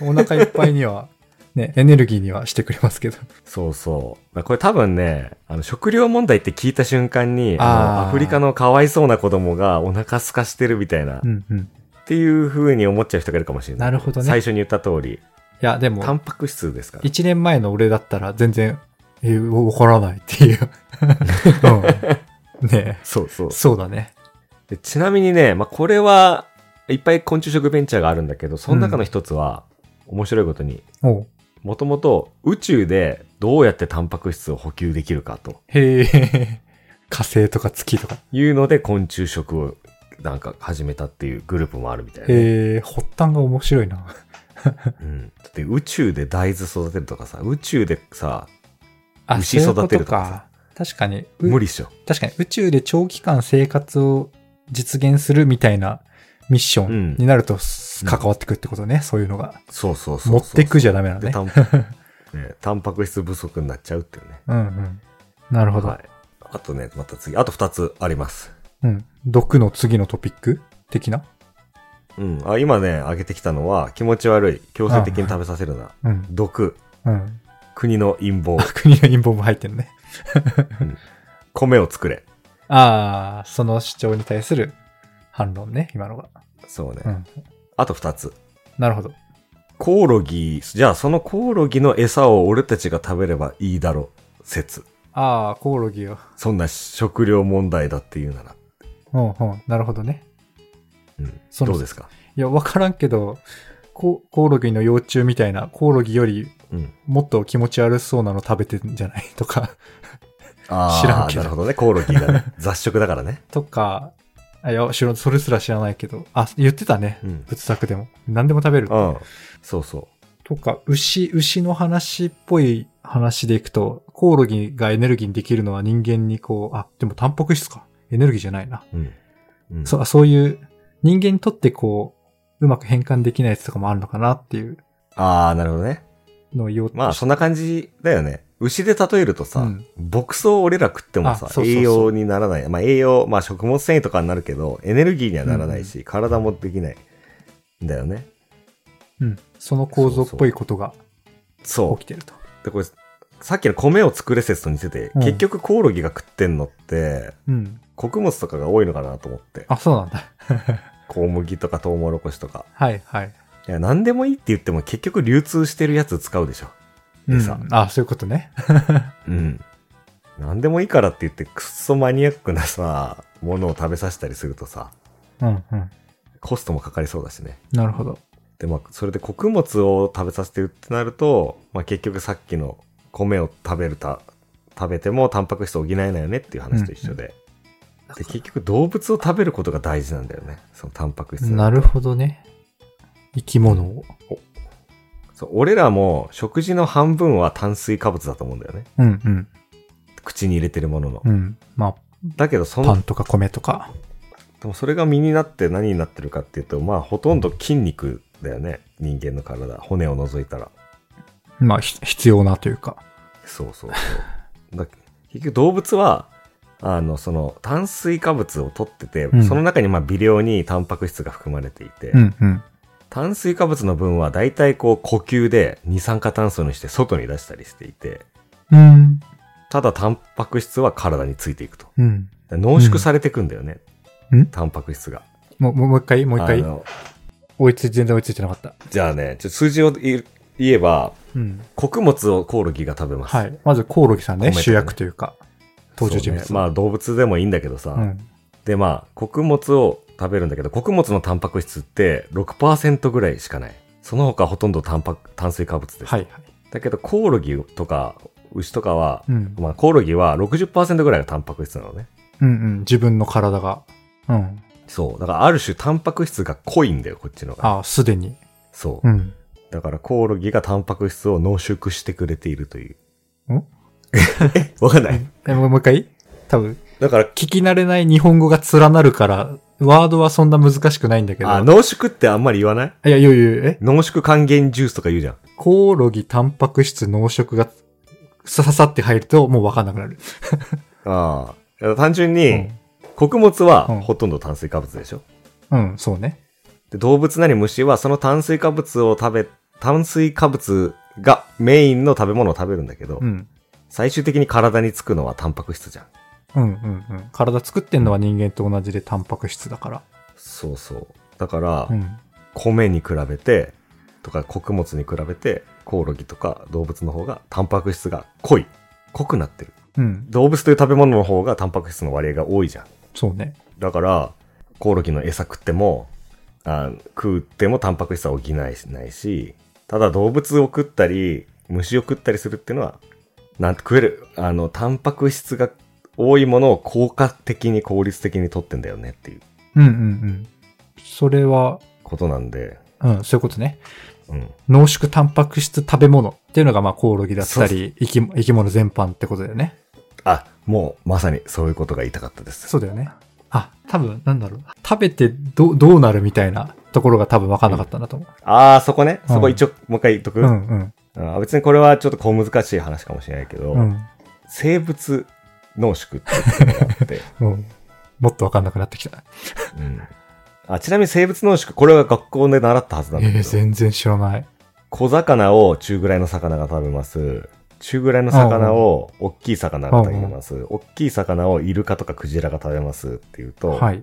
[SPEAKER 2] お腹いっぱいに は、ね、エネルギーにはしてくれますけど。
[SPEAKER 1] そうそう。まあこれ多分ね、あの、食料問題って聞いた瞬間に、あ
[SPEAKER 2] あー
[SPEAKER 1] のアフリカのかわいそうな子供がお腹空かしてるみたいな、
[SPEAKER 2] う
[SPEAKER 1] っ
[SPEAKER 2] んうん。い
[SPEAKER 1] ていう風に思っちゃう人がいるかもしれない。
[SPEAKER 2] なるほどね
[SPEAKER 1] 最初に言った通り、
[SPEAKER 2] や、でも
[SPEAKER 1] タ、ンパク質ですから。
[SPEAKER 2] 一年前の俺だったら全然、えー、わからないっ ていう。うん、ね
[SPEAKER 1] そうそう
[SPEAKER 2] え。そうだね。
[SPEAKER 1] でちなみにね、まあ、これは、いっぱい昆虫食ベンチャーがあるんだけど、その中の一つは、面白いことに、
[SPEAKER 2] おう
[SPEAKER 1] もともと宇宙でどうやってタンパク質を補給できるかと
[SPEAKER 2] へえ。火星とか月とか。
[SPEAKER 1] いうので、昆虫食をなんか始めたっていうグループもあるみたいなね。
[SPEAKER 2] へえ、発端が面白いな。
[SPEAKER 1] うん、だって宇宙で大豆育てるとかさ宇宙でさ
[SPEAKER 2] あ
[SPEAKER 1] 牛育てるとかさ
[SPEAKER 2] そういうことか。確かに、う
[SPEAKER 1] 無理っしょ、
[SPEAKER 2] 確かに宇宙で長期間生活を実現するみたいなミッショ
[SPEAKER 1] うん
[SPEAKER 2] ンになると
[SPEAKER 1] うん
[SPEAKER 2] 関わってくるってことね、そういうのが。
[SPEAKER 1] そうそうそうそう
[SPEAKER 2] 持ってくじゃダメなの
[SPEAKER 1] で
[SPEAKER 2] ね。
[SPEAKER 1] タン ねタンパク質不足になっちゃうっていうね。
[SPEAKER 2] うんうん。なるほど。
[SPEAKER 1] はい。あとね、また次、あと2つあります。
[SPEAKER 2] うん。毒の次のトピック的な
[SPEAKER 1] うん。あ、今ね、挙げてきたのは、気持ち悪い、強制的に食べさせるな、
[SPEAKER 2] うん。
[SPEAKER 1] 毒、
[SPEAKER 2] うん。
[SPEAKER 1] 国の陰謀、
[SPEAKER 2] 国の陰謀も入ってるね。
[SPEAKER 1] 米を作れ。
[SPEAKER 2] ああ、その主張に対する反論ね、今のが。
[SPEAKER 1] そうね。
[SPEAKER 2] うん。
[SPEAKER 1] あと2つ。
[SPEAKER 2] なるほど。
[SPEAKER 1] コオロギ、じゃあそのコオロギの餌を俺たちが食べればいいだろ、説。
[SPEAKER 2] ああ、コオロギを。
[SPEAKER 1] そんな食料問題だっていうなら。
[SPEAKER 2] うんうん。なるほどね。
[SPEAKER 1] うん。
[SPEAKER 2] その
[SPEAKER 1] どうですか
[SPEAKER 2] いや、わからんけど、ココオロギの幼虫みたいな、コオロギより
[SPEAKER 1] うん。
[SPEAKER 2] もっと気持ち悪そうなの食べてんじゃない とか、
[SPEAKER 1] あー
[SPEAKER 2] 知らんけど
[SPEAKER 1] なるほどね。コオロギがね。 雑食だからね。
[SPEAKER 2] とか、あいや、知らんそれすら知らないけど、あ、言ってたね。
[SPEAKER 1] うん。
[SPEAKER 2] 仏作でも。何でも食べる。
[SPEAKER 1] うん。そうそう。
[SPEAKER 2] とか、牛、牛の話っぽい話でいくと、コオロギがエネルギーにできるのは人間にこう、あ、でもタンパク質か。エネルギーじゃないな。
[SPEAKER 1] うん。うん、
[SPEAKER 2] そそういう、人間にとってこう、うまく変換できないやつとかもあるのかなっていう
[SPEAKER 1] ああ、なるほどね。
[SPEAKER 2] のを言おうと
[SPEAKER 1] まあ、
[SPEAKER 2] し
[SPEAKER 1] そんな感じだよね。牛で例えるとさ、
[SPEAKER 2] うん
[SPEAKER 1] 牧草を俺ら食ってもさ
[SPEAKER 2] あそうそうそう
[SPEAKER 1] 栄養にならない。まあ、栄養、まあ、食物繊維とかになるけど、エネルギーにはならないし、体もできない。んだよね。
[SPEAKER 2] うん、その構造っぽいことが
[SPEAKER 1] そ
[SPEAKER 2] 起きてると。
[SPEAKER 1] う。で、これ、さっきの米を作れ説と似てて、
[SPEAKER 2] うん
[SPEAKER 1] 結局コオロギが食ってんのって、
[SPEAKER 2] うん。
[SPEAKER 1] 穀物とかが多いのかなと思って。
[SPEAKER 2] あ、そうなんだ。
[SPEAKER 1] 小麦とかトウモロコシとか。
[SPEAKER 2] はいはい。
[SPEAKER 1] いや、何でもいいって言っても結局流通してるやつ使うでしょ。
[SPEAKER 2] う
[SPEAKER 1] 餌
[SPEAKER 2] ん、あ、そういうことね。
[SPEAKER 1] うん。何でもいいからって言って、くっそマニアックなさ、ものを食べさせたりするとさ、
[SPEAKER 2] うんうん。
[SPEAKER 1] コストもかかりそうだしね。
[SPEAKER 2] なるほど。
[SPEAKER 1] で、まあ、それで穀物を食べさせてるってなると、まあ、結局さっきの米を食べるた、食べてもタンパク質を補えないよねっていう話と一緒で。で、結局動物を食べることが大事なんだよね。そのタンパク質。
[SPEAKER 2] なるほどね。生き物を。
[SPEAKER 1] そう俺らも食事の半分は炭水化物だと思うんだよね。
[SPEAKER 2] うんうん。
[SPEAKER 1] 口に入れてるものの。
[SPEAKER 2] うん。まあ、
[SPEAKER 1] だけど、そ
[SPEAKER 2] パ
[SPEAKER 1] の
[SPEAKER 2] ンとか米とか。
[SPEAKER 1] でもそれが身になって何になってるかっていうと、まあほとんど筋肉だよね。人間の体。骨を除いたら。
[SPEAKER 2] まあ、ひ必要なというか。
[SPEAKER 1] そうそうそう。 だ結局動物は、あの、その炭水化物を取ってて、
[SPEAKER 2] うん
[SPEAKER 1] その中にまあ微量にタンパク質が含まれていて、
[SPEAKER 2] うんうん。
[SPEAKER 1] 炭水化物の分は大体こう呼吸で二酸化炭素にして外に出したりしていて、
[SPEAKER 2] うん。
[SPEAKER 1] ただタンパク質は体についていくと。
[SPEAKER 2] うん。
[SPEAKER 1] だ濃縮されていくんだよね。
[SPEAKER 2] うん
[SPEAKER 1] タンパク質が。
[SPEAKER 2] もう、もうもう一回、もう一
[SPEAKER 1] あ
[SPEAKER 2] 回。
[SPEAKER 1] の
[SPEAKER 2] 追いつい、全然追いついてなかった。
[SPEAKER 1] じゃあね、ちょ数字を言えば、
[SPEAKER 2] うん。
[SPEAKER 1] 穀物をコオロギが食べます。
[SPEAKER 2] はい。まず、コオロギさんね、
[SPEAKER 1] 米とかね
[SPEAKER 2] 主役というか、登場人物。
[SPEAKER 1] そうねまあ動物でもいいんだけどさ、
[SPEAKER 2] うん。
[SPEAKER 1] でまあ穀物を食べるんだけど、穀物のタンパク質って6%ぐらいしかない。その他ほとんどタンパク、炭水化物です。
[SPEAKER 2] はいはい。
[SPEAKER 1] だけどコオロギとか牛とかは、
[SPEAKER 2] うん。
[SPEAKER 1] まあコオロギは60%ぐらいがタンパク質なのね。
[SPEAKER 2] うんうん。自分の体が。うん。
[SPEAKER 1] そう。だからある種タンパク質が濃いんだよ、こっちのが。
[SPEAKER 2] ああ、すでに。
[SPEAKER 1] そう
[SPEAKER 2] う。ん。
[SPEAKER 1] だからコオロギがタンパク質を濃縮してくれているという。
[SPEAKER 2] ん
[SPEAKER 1] え、わかんない。
[SPEAKER 2] え、もうもう一回多分、
[SPEAKER 1] だから
[SPEAKER 2] 聞き慣れない日本語が連なるから、ワードはそんな難しくないんだけど。
[SPEAKER 1] あ、濃縮ってあんまり言わない
[SPEAKER 2] いや、いやいやいやえ
[SPEAKER 1] 濃縮還元ジュースとか言うじゃん。
[SPEAKER 2] コオロギ、タンパク質、濃食が、さささって入ると、もうわかんなくなる。
[SPEAKER 1] ああ。単純に、
[SPEAKER 2] うん
[SPEAKER 1] 穀物は
[SPEAKER 2] うん
[SPEAKER 1] ほとんど炭水化物でしょ。
[SPEAKER 2] うん、そうね。
[SPEAKER 1] で、動物なり虫はその炭水化物を食べ、炭水化物がメインの食べ物を食べるんだけど、
[SPEAKER 2] うん。
[SPEAKER 1] 最終的に体につくのはタンパク質じゃん。
[SPEAKER 2] うんうんうん。体作ってんのは人間と同じでタンパク質だから。
[SPEAKER 1] そうそう。だから、
[SPEAKER 2] うん。
[SPEAKER 1] 米に比べて、とか穀物に比べて、コオロギとか動物の方がタンパク質が濃い。濃くなってる。
[SPEAKER 2] うん。
[SPEAKER 1] 動物という食べ物の方がタンパク質の割合が多いじゃん。
[SPEAKER 2] そうね。
[SPEAKER 1] だから、コオロギの餌食っても、あ食ってもタンパク質は補えないしないし、ただ動物を食ったり、虫を食ったりするっていうのは、なんて食える、あの、タンパク質が多いものを効果的に効率的に取ってんだよねっていう
[SPEAKER 2] うんうんうん。それは、
[SPEAKER 1] ことなんで、
[SPEAKER 2] うん、そういうことね。
[SPEAKER 1] うん。
[SPEAKER 2] 濃縮タンパク質食べ物っていうのが、まあ、コオロギだった
[SPEAKER 1] そう
[SPEAKER 2] り、生き生き物全般ってことだよね。
[SPEAKER 1] あ、もうまさにそういうことが言いたかったです。
[SPEAKER 2] そうだよね。あ、多分、なんだろう。食べてどうどうなるみたいなところが多分分かんなかったんだと思う。
[SPEAKER 1] ああ、そこね。
[SPEAKER 2] うん
[SPEAKER 1] そこ一応、もう一回言っとく、
[SPEAKER 2] うん、うん、
[SPEAKER 1] あー別にこれはちょっと小難しい話かもしれないけど、
[SPEAKER 2] うん。
[SPEAKER 1] 生物濃縮っていうのがあって、
[SPEAKER 2] うん。もっと分かんなくなってきた。
[SPEAKER 1] うんあちなみに生物濃縮、これは学校で習ったはず
[SPEAKER 2] え
[SPEAKER 1] なんだけど、
[SPEAKER 2] ー、全然知らない。
[SPEAKER 1] 小魚を中ぐらいの魚が食べます。中ぐらいの魚を大きい魚が食べます。大きい魚をイルカとかクジラが食べますっていうと、
[SPEAKER 2] はい。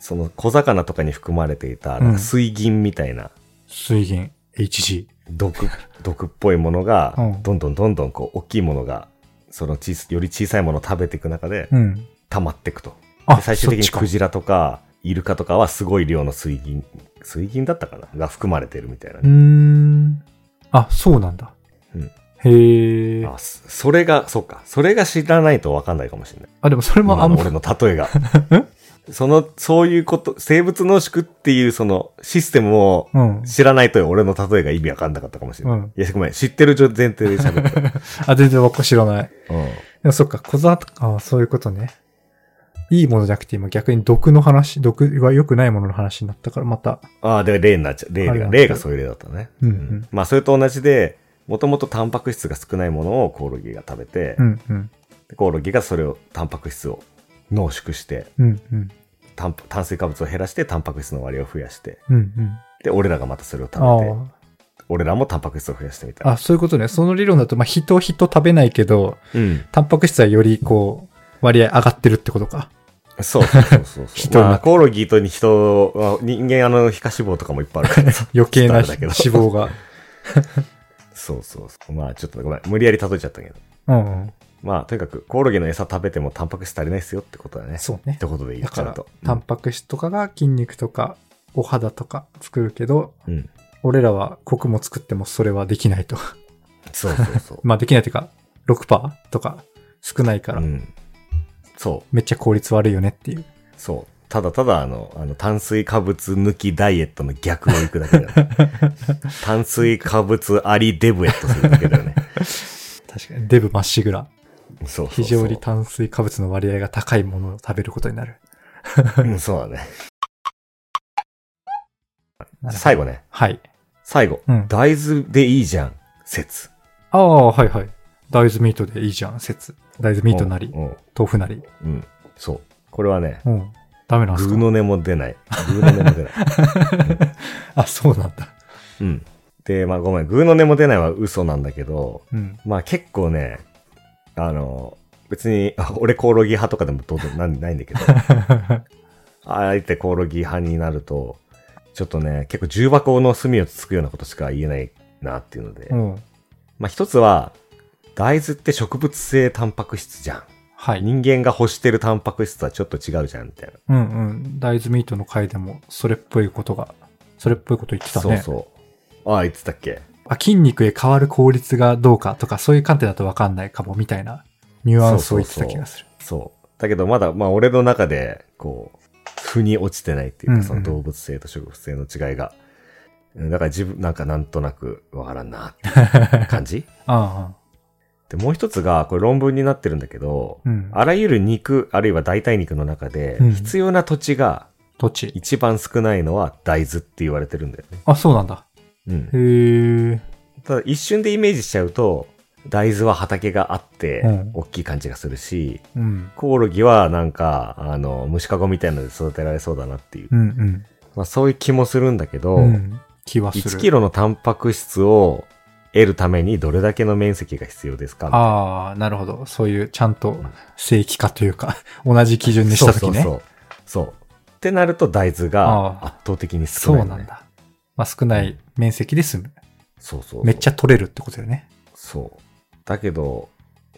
[SPEAKER 1] その小魚とかに含まれていたなんか水銀みたいな
[SPEAKER 2] 水銀、HG。
[SPEAKER 1] 毒、毒っぽいものが
[SPEAKER 2] うん、
[SPEAKER 1] どんどんどんどんこう大きいものが、その小さより小さいものを食べていく中で
[SPEAKER 2] うん。
[SPEAKER 1] 溜まっていくと。
[SPEAKER 2] あ、
[SPEAKER 1] で最終的に
[SPEAKER 2] そっ
[SPEAKER 1] ク
[SPEAKER 2] ち
[SPEAKER 1] ジラとかイルカとかはすごい量の水銀、水銀だったかなが含まれてるみたいな
[SPEAKER 2] かうー
[SPEAKER 1] ね。
[SPEAKER 2] ん。あ、そうなんだ。
[SPEAKER 1] うん
[SPEAKER 2] へえ。
[SPEAKER 1] あそそれが、そうか。それが知らないと分かんないかもしれない。
[SPEAKER 2] あ、でもそれも
[SPEAKER 1] 今
[SPEAKER 2] あん
[SPEAKER 1] の
[SPEAKER 2] ま
[SPEAKER 1] 俺の例え が。その、そういうこと、生物濃縮っていうそのシステムを
[SPEAKER 2] うん。
[SPEAKER 1] 知らないと俺の例えが意味わかんなかったかもしれない。
[SPEAKER 2] うん
[SPEAKER 1] いや、ごめん。知ってる前提で喋 った。
[SPEAKER 2] あ、全然わか知らない。
[SPEAKER 1] うん。
[SPEAKER 2] でもそっか、小沢とか、あそういうことね。いいものじゃなくて、今逆に毒の話、毒は良くないものの話になったから、また。
[SPEAKER 1] ああ、で、例になっちゃう。例
[SPEAKER 2] あれな
[SPEAKER 1] が、
[SPEAKER 2] んで
[SPEAKER 1] 例
[SPEAKER 2] すね
[SPEAKER 1] がそういう例だったね。
[SPEAKER 2] うんうん
[SPEAKER 1] まあ、それと同じで、もともとタンパク質が少ないものをコオロギが食べて、
[SPEAKER 2] うんうん。
[SPEAKER 1] でコオロギがそれを、タンパク質を濃縮して、
[SPEAKER 2] うんうん。
[SPEAKER 1] タンパ炭水化物を減らして、タンパク質の割合を増やして、
[SPEAKER 2] うんうん。
[SPEAKER 1] で、俺らがまたそれを食
[SPEAKER 2] あ
[SPEAKER 1] べて、俺らもタンパク質を増やしてみたい
[SPEAKER 2] あ。
[SPEAKER 1] な。
[SPEAKER 2] あ、そういうことね。その理論だと、まあ、人人食べないけど、
[SPEAKER 1] うん。
[SPEAKER 2] タンパク質はより、こう、割合上がってるってことか。
[SPEAKER 1] そうそうそう そう
[SPEAKER 2] 人
[SPEAKER 1] まあ、コオロギと人は、人間あの、皮下脂肪とかもいっぱいある からさ
[SPEAKER 2] 余計な
[SPEAKER 1] ちょっと
[SPEAKER 2] 脂
[SPEAKER 1] あれだけど
[SPEAKER 2] 肪が。
[SPEAKER 1] そうそうそう。まあ、ちょっとごめん。無理やり例えちゃったけど。
[SPEAKER 2] うん、うん。
[SPEAKER 1] まあ、とにかく、コオロギの餌食べてもタンパク質足りないですよってことだね。
[SPEAKER 2] そうね
[SPEAKER 1] って。ことで言
[SPEAKER 2] だ
[SPEAKER 1] っち
[SPEAKER 2] か
[SPEAKER 1] ゃう
[SPEAKER 2] ら
[SPEAKER 1] と。、
[SPEAKER 2] タンパク質とかが筋肉とか、お肌とか作るけど、
[SPEAKER 1] うん。うん
[SPEAKER 2] 俺らは穀も作ってもそれはできないと。
[SPEAKER 1] そうそうそう。
[SPEAKER 2] まあできないというか、6%とか少ないから、
[SPEAKER 1] うん。そう。
[SPEAKER 2] めっちゃ効率悪いよねっていう。
[SPEAKER 1] そう。ただただ、あの、あの炭水化物抜きダイエットの逆を行くだけだ よね。炭水化物ありデブエットするだけだよ ね。
[SPEAKER 2] 確かに。デブまっしぐら。
[SPEAKER 1] そうそうそう。
[SPEAKER 2] 非常に炭水化物の割合が高いものを食べることになる。
[SPEAKER 1] うん、そうだね。最後ね。
[SPEAKER 2] はい。
[SPEAKER 1] 最後。
[SPEAKER 2] うん。
[SPEAKER 1] 大豆でいいじゃん、説。
[SPEAKER 2] ああ、はいはい。大豆ミートでいいじゃん、説。大豆ミートなり、
[SPEAKER 1] うん。うん
[SPEAKER 2] 豆腐なり。
[SPEAKER 1] うん。そう。これはね、
[SPEAKER 2] うん。ダメなんです
[SPEAKER 1] ぐう
[SPEAKER 2] か
[SPEAKER 1] の音も出 ない。ぐうの音も出ない。
[SPEAKER 2] あ、そうなんだ。
[SPEAKER 1] うん。で、まあごめん、ぐうの音も出ないは嘘なんだけど、
[SPEAKER 2] うん。
[SPEAKER 1] まあ結構ね、あの、別に、あ俺コオロギ派とかでもどう でもなんないんだけど、あえてコオロギ派になると、ちょっとね、結構重箱の隅をつつくようなことしか言えないなっていうので、
[SPEAKER 2] うん。
[SPEAKER 1] まあ一つは、大豆って植物性タンパク質じゃん。
[SPEAKER 2] はい。
[SPEAKER 1] 人間が欲してるタンパク質とはちょっと違うじゃん、みたいな。
[SPEAKER 2] うんうん。大豆ミートの回でも、それっぽいことが、それっぽいこと言ってたね。
[SPEAKER 1] そうそう。ああ、言ってたっけ
[SPEAKER 2] あ筋肉へ変わる効率がどうかとか、そういう観点だとわかんないかも、みたいなニュアンスを言ってた気がする。
[SPEAKER 1] そう。だけどまだ、まあ俺の中で、こう、腑に落ちてないっていう
[SPEAKER 2] うんう
[SPEAKER 1] か、
[SPEAKER 2] ん
[SPEAKER 1] その動物性と植物性の違いが。うんだから自分、なんかなんとなくわからんなっていう感 じ
[SPEAKER 2] あ
[SPEAKER 1] で、もう一つが、これ論文になってるんだけど
[SPEAKER 2] あ、、うん。
[SPEAKER 1] あらゆる肉、あるいは代替肉の中で
[SPEAKER 2] うん、
[SPEAKER 1] 必要な土地が
[SPEAKER 2] 土地。
[SPEAKER 1] 一番少ないのは大豆って言われてるんだよね。
[SPEAKER 2] あ、そうなんだ。
[SPEAKER 1] うん
[SPEAKER 2] へ。え。
[SPEAKER 1] ただ一瞬でイメージしちゃうと、大豆は畑があって
[SPEAKER 2] うん、
[SPEAKER 1] 大きい感じがするし、
[SPEAKER 2] うん。
[SPEAKER 1] コオロギはなんか、あの、虫かごみたいなので育てられそうだなっていう。
[SPEAKER 2] うんうん。
[SPEAKER 1] まあそういう気もするんだけど、
[SPEAKER 2] うん、気はする。
[SPEAKER 1] 1キロのタンパク質を得るためにどれだけの面積が必要ですか
[SPEAKER 2] ああ、なるほど。そういう、ちゃんと正規化というか、 同じ基準にしたときね。
[SPEAKER 1] そうそうそう。そう。ってなると大豆が
[SPEAKER 2] あ
[SPEAKER 1] 圧倒的に少
[SPEAKER 2] そう
[SPEAKER 1] ない、ね。
[SPEAKER 2] なん。だ。まあ、少ない面積で済む。
[SPEAKER 1] そうそうそう。
[SPEAKER 2] めっちゃ取れるってことだよね。
[SPEAKER 1] そう。だけど、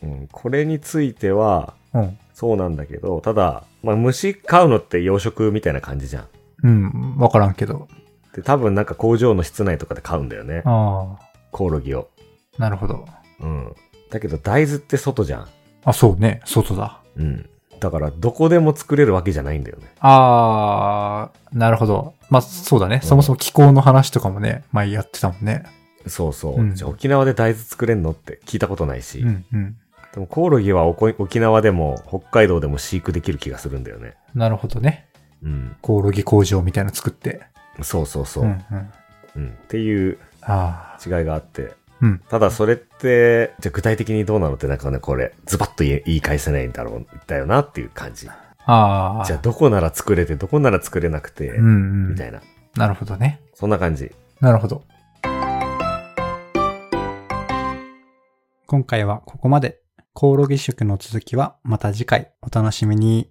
[SPEAKER 1] うん、これについては、
[SPEAKER 2] うん。
[SPEAKER 1] そうなんだけど、ただ、まあ、虫飼うのって養殖みたいな感じじゃん。
[SPEAKER 2] うん、わからんけど。
[SPEAKER 1] で、多分なんか工場の室内とかで飼うんだよね。
[SPEAKER 2] あ
[SPEAKER 1] コオロギを。
[SPEAKER 2] あ、なるほど。
[SPEAKER 1] うん。だけど大豆って外じゃん。
[SPEAKER 2] あ、そうね。外だ。
[SPEAKER 1] うん。だからどこでも作れるわけじゃないんだよね。
[SPEAKER 2] ああ、なるほど。まあ、そうだね。そもそも気候の話とかもね、前やってたもんね。
[SPEAKER 1] そうそう。
[SPEAKER 2] うん
[SPEAKER 1] じゃあ沖縄で大豆作れんのって聞いたことないし。
[SPEAKER 2] うんうん。
[SPEAKER 1] でもコオロギはおこ沖縄でも北海道でも飼育できる気がするんだよね。
[SPEAKER 2] なるほどね。
[SPEAKER 1] うん。
[SPEAKER 2] コオロギ工場みたいなの作って。
[SPEAKER 1] そうそうそう。
[SPEAKER 2] う
[SPEAKER 1] うん
[SPEAKER 2] うん
[SPEAKER 1] ん。っていう
[SPEAKER 2] ああ。
[SPEAKER 1] 違いがあって。
[SPEAKER 2] うん。
[SPEAKER 1] ただそれって、じゃあ具体的にどうなのってなんかね、これ、ズバッと言い言い返せないんだろう、だよなっていう感じ。
[SPEAKER 2] ああ。
[SPEAKER 1] じゃあどこなら作れて、どこなら作れなくて、
[SPEAKER 2] うんうん。
[SPEAKER 1] みたいな。
[SPEAKER 2] なるほどね。
[SPEAKER 1] そんな感じ。
[SPEAKER 2] なるほど。今回はここまで。コオロギ食の続きはまた次回お楽しみに。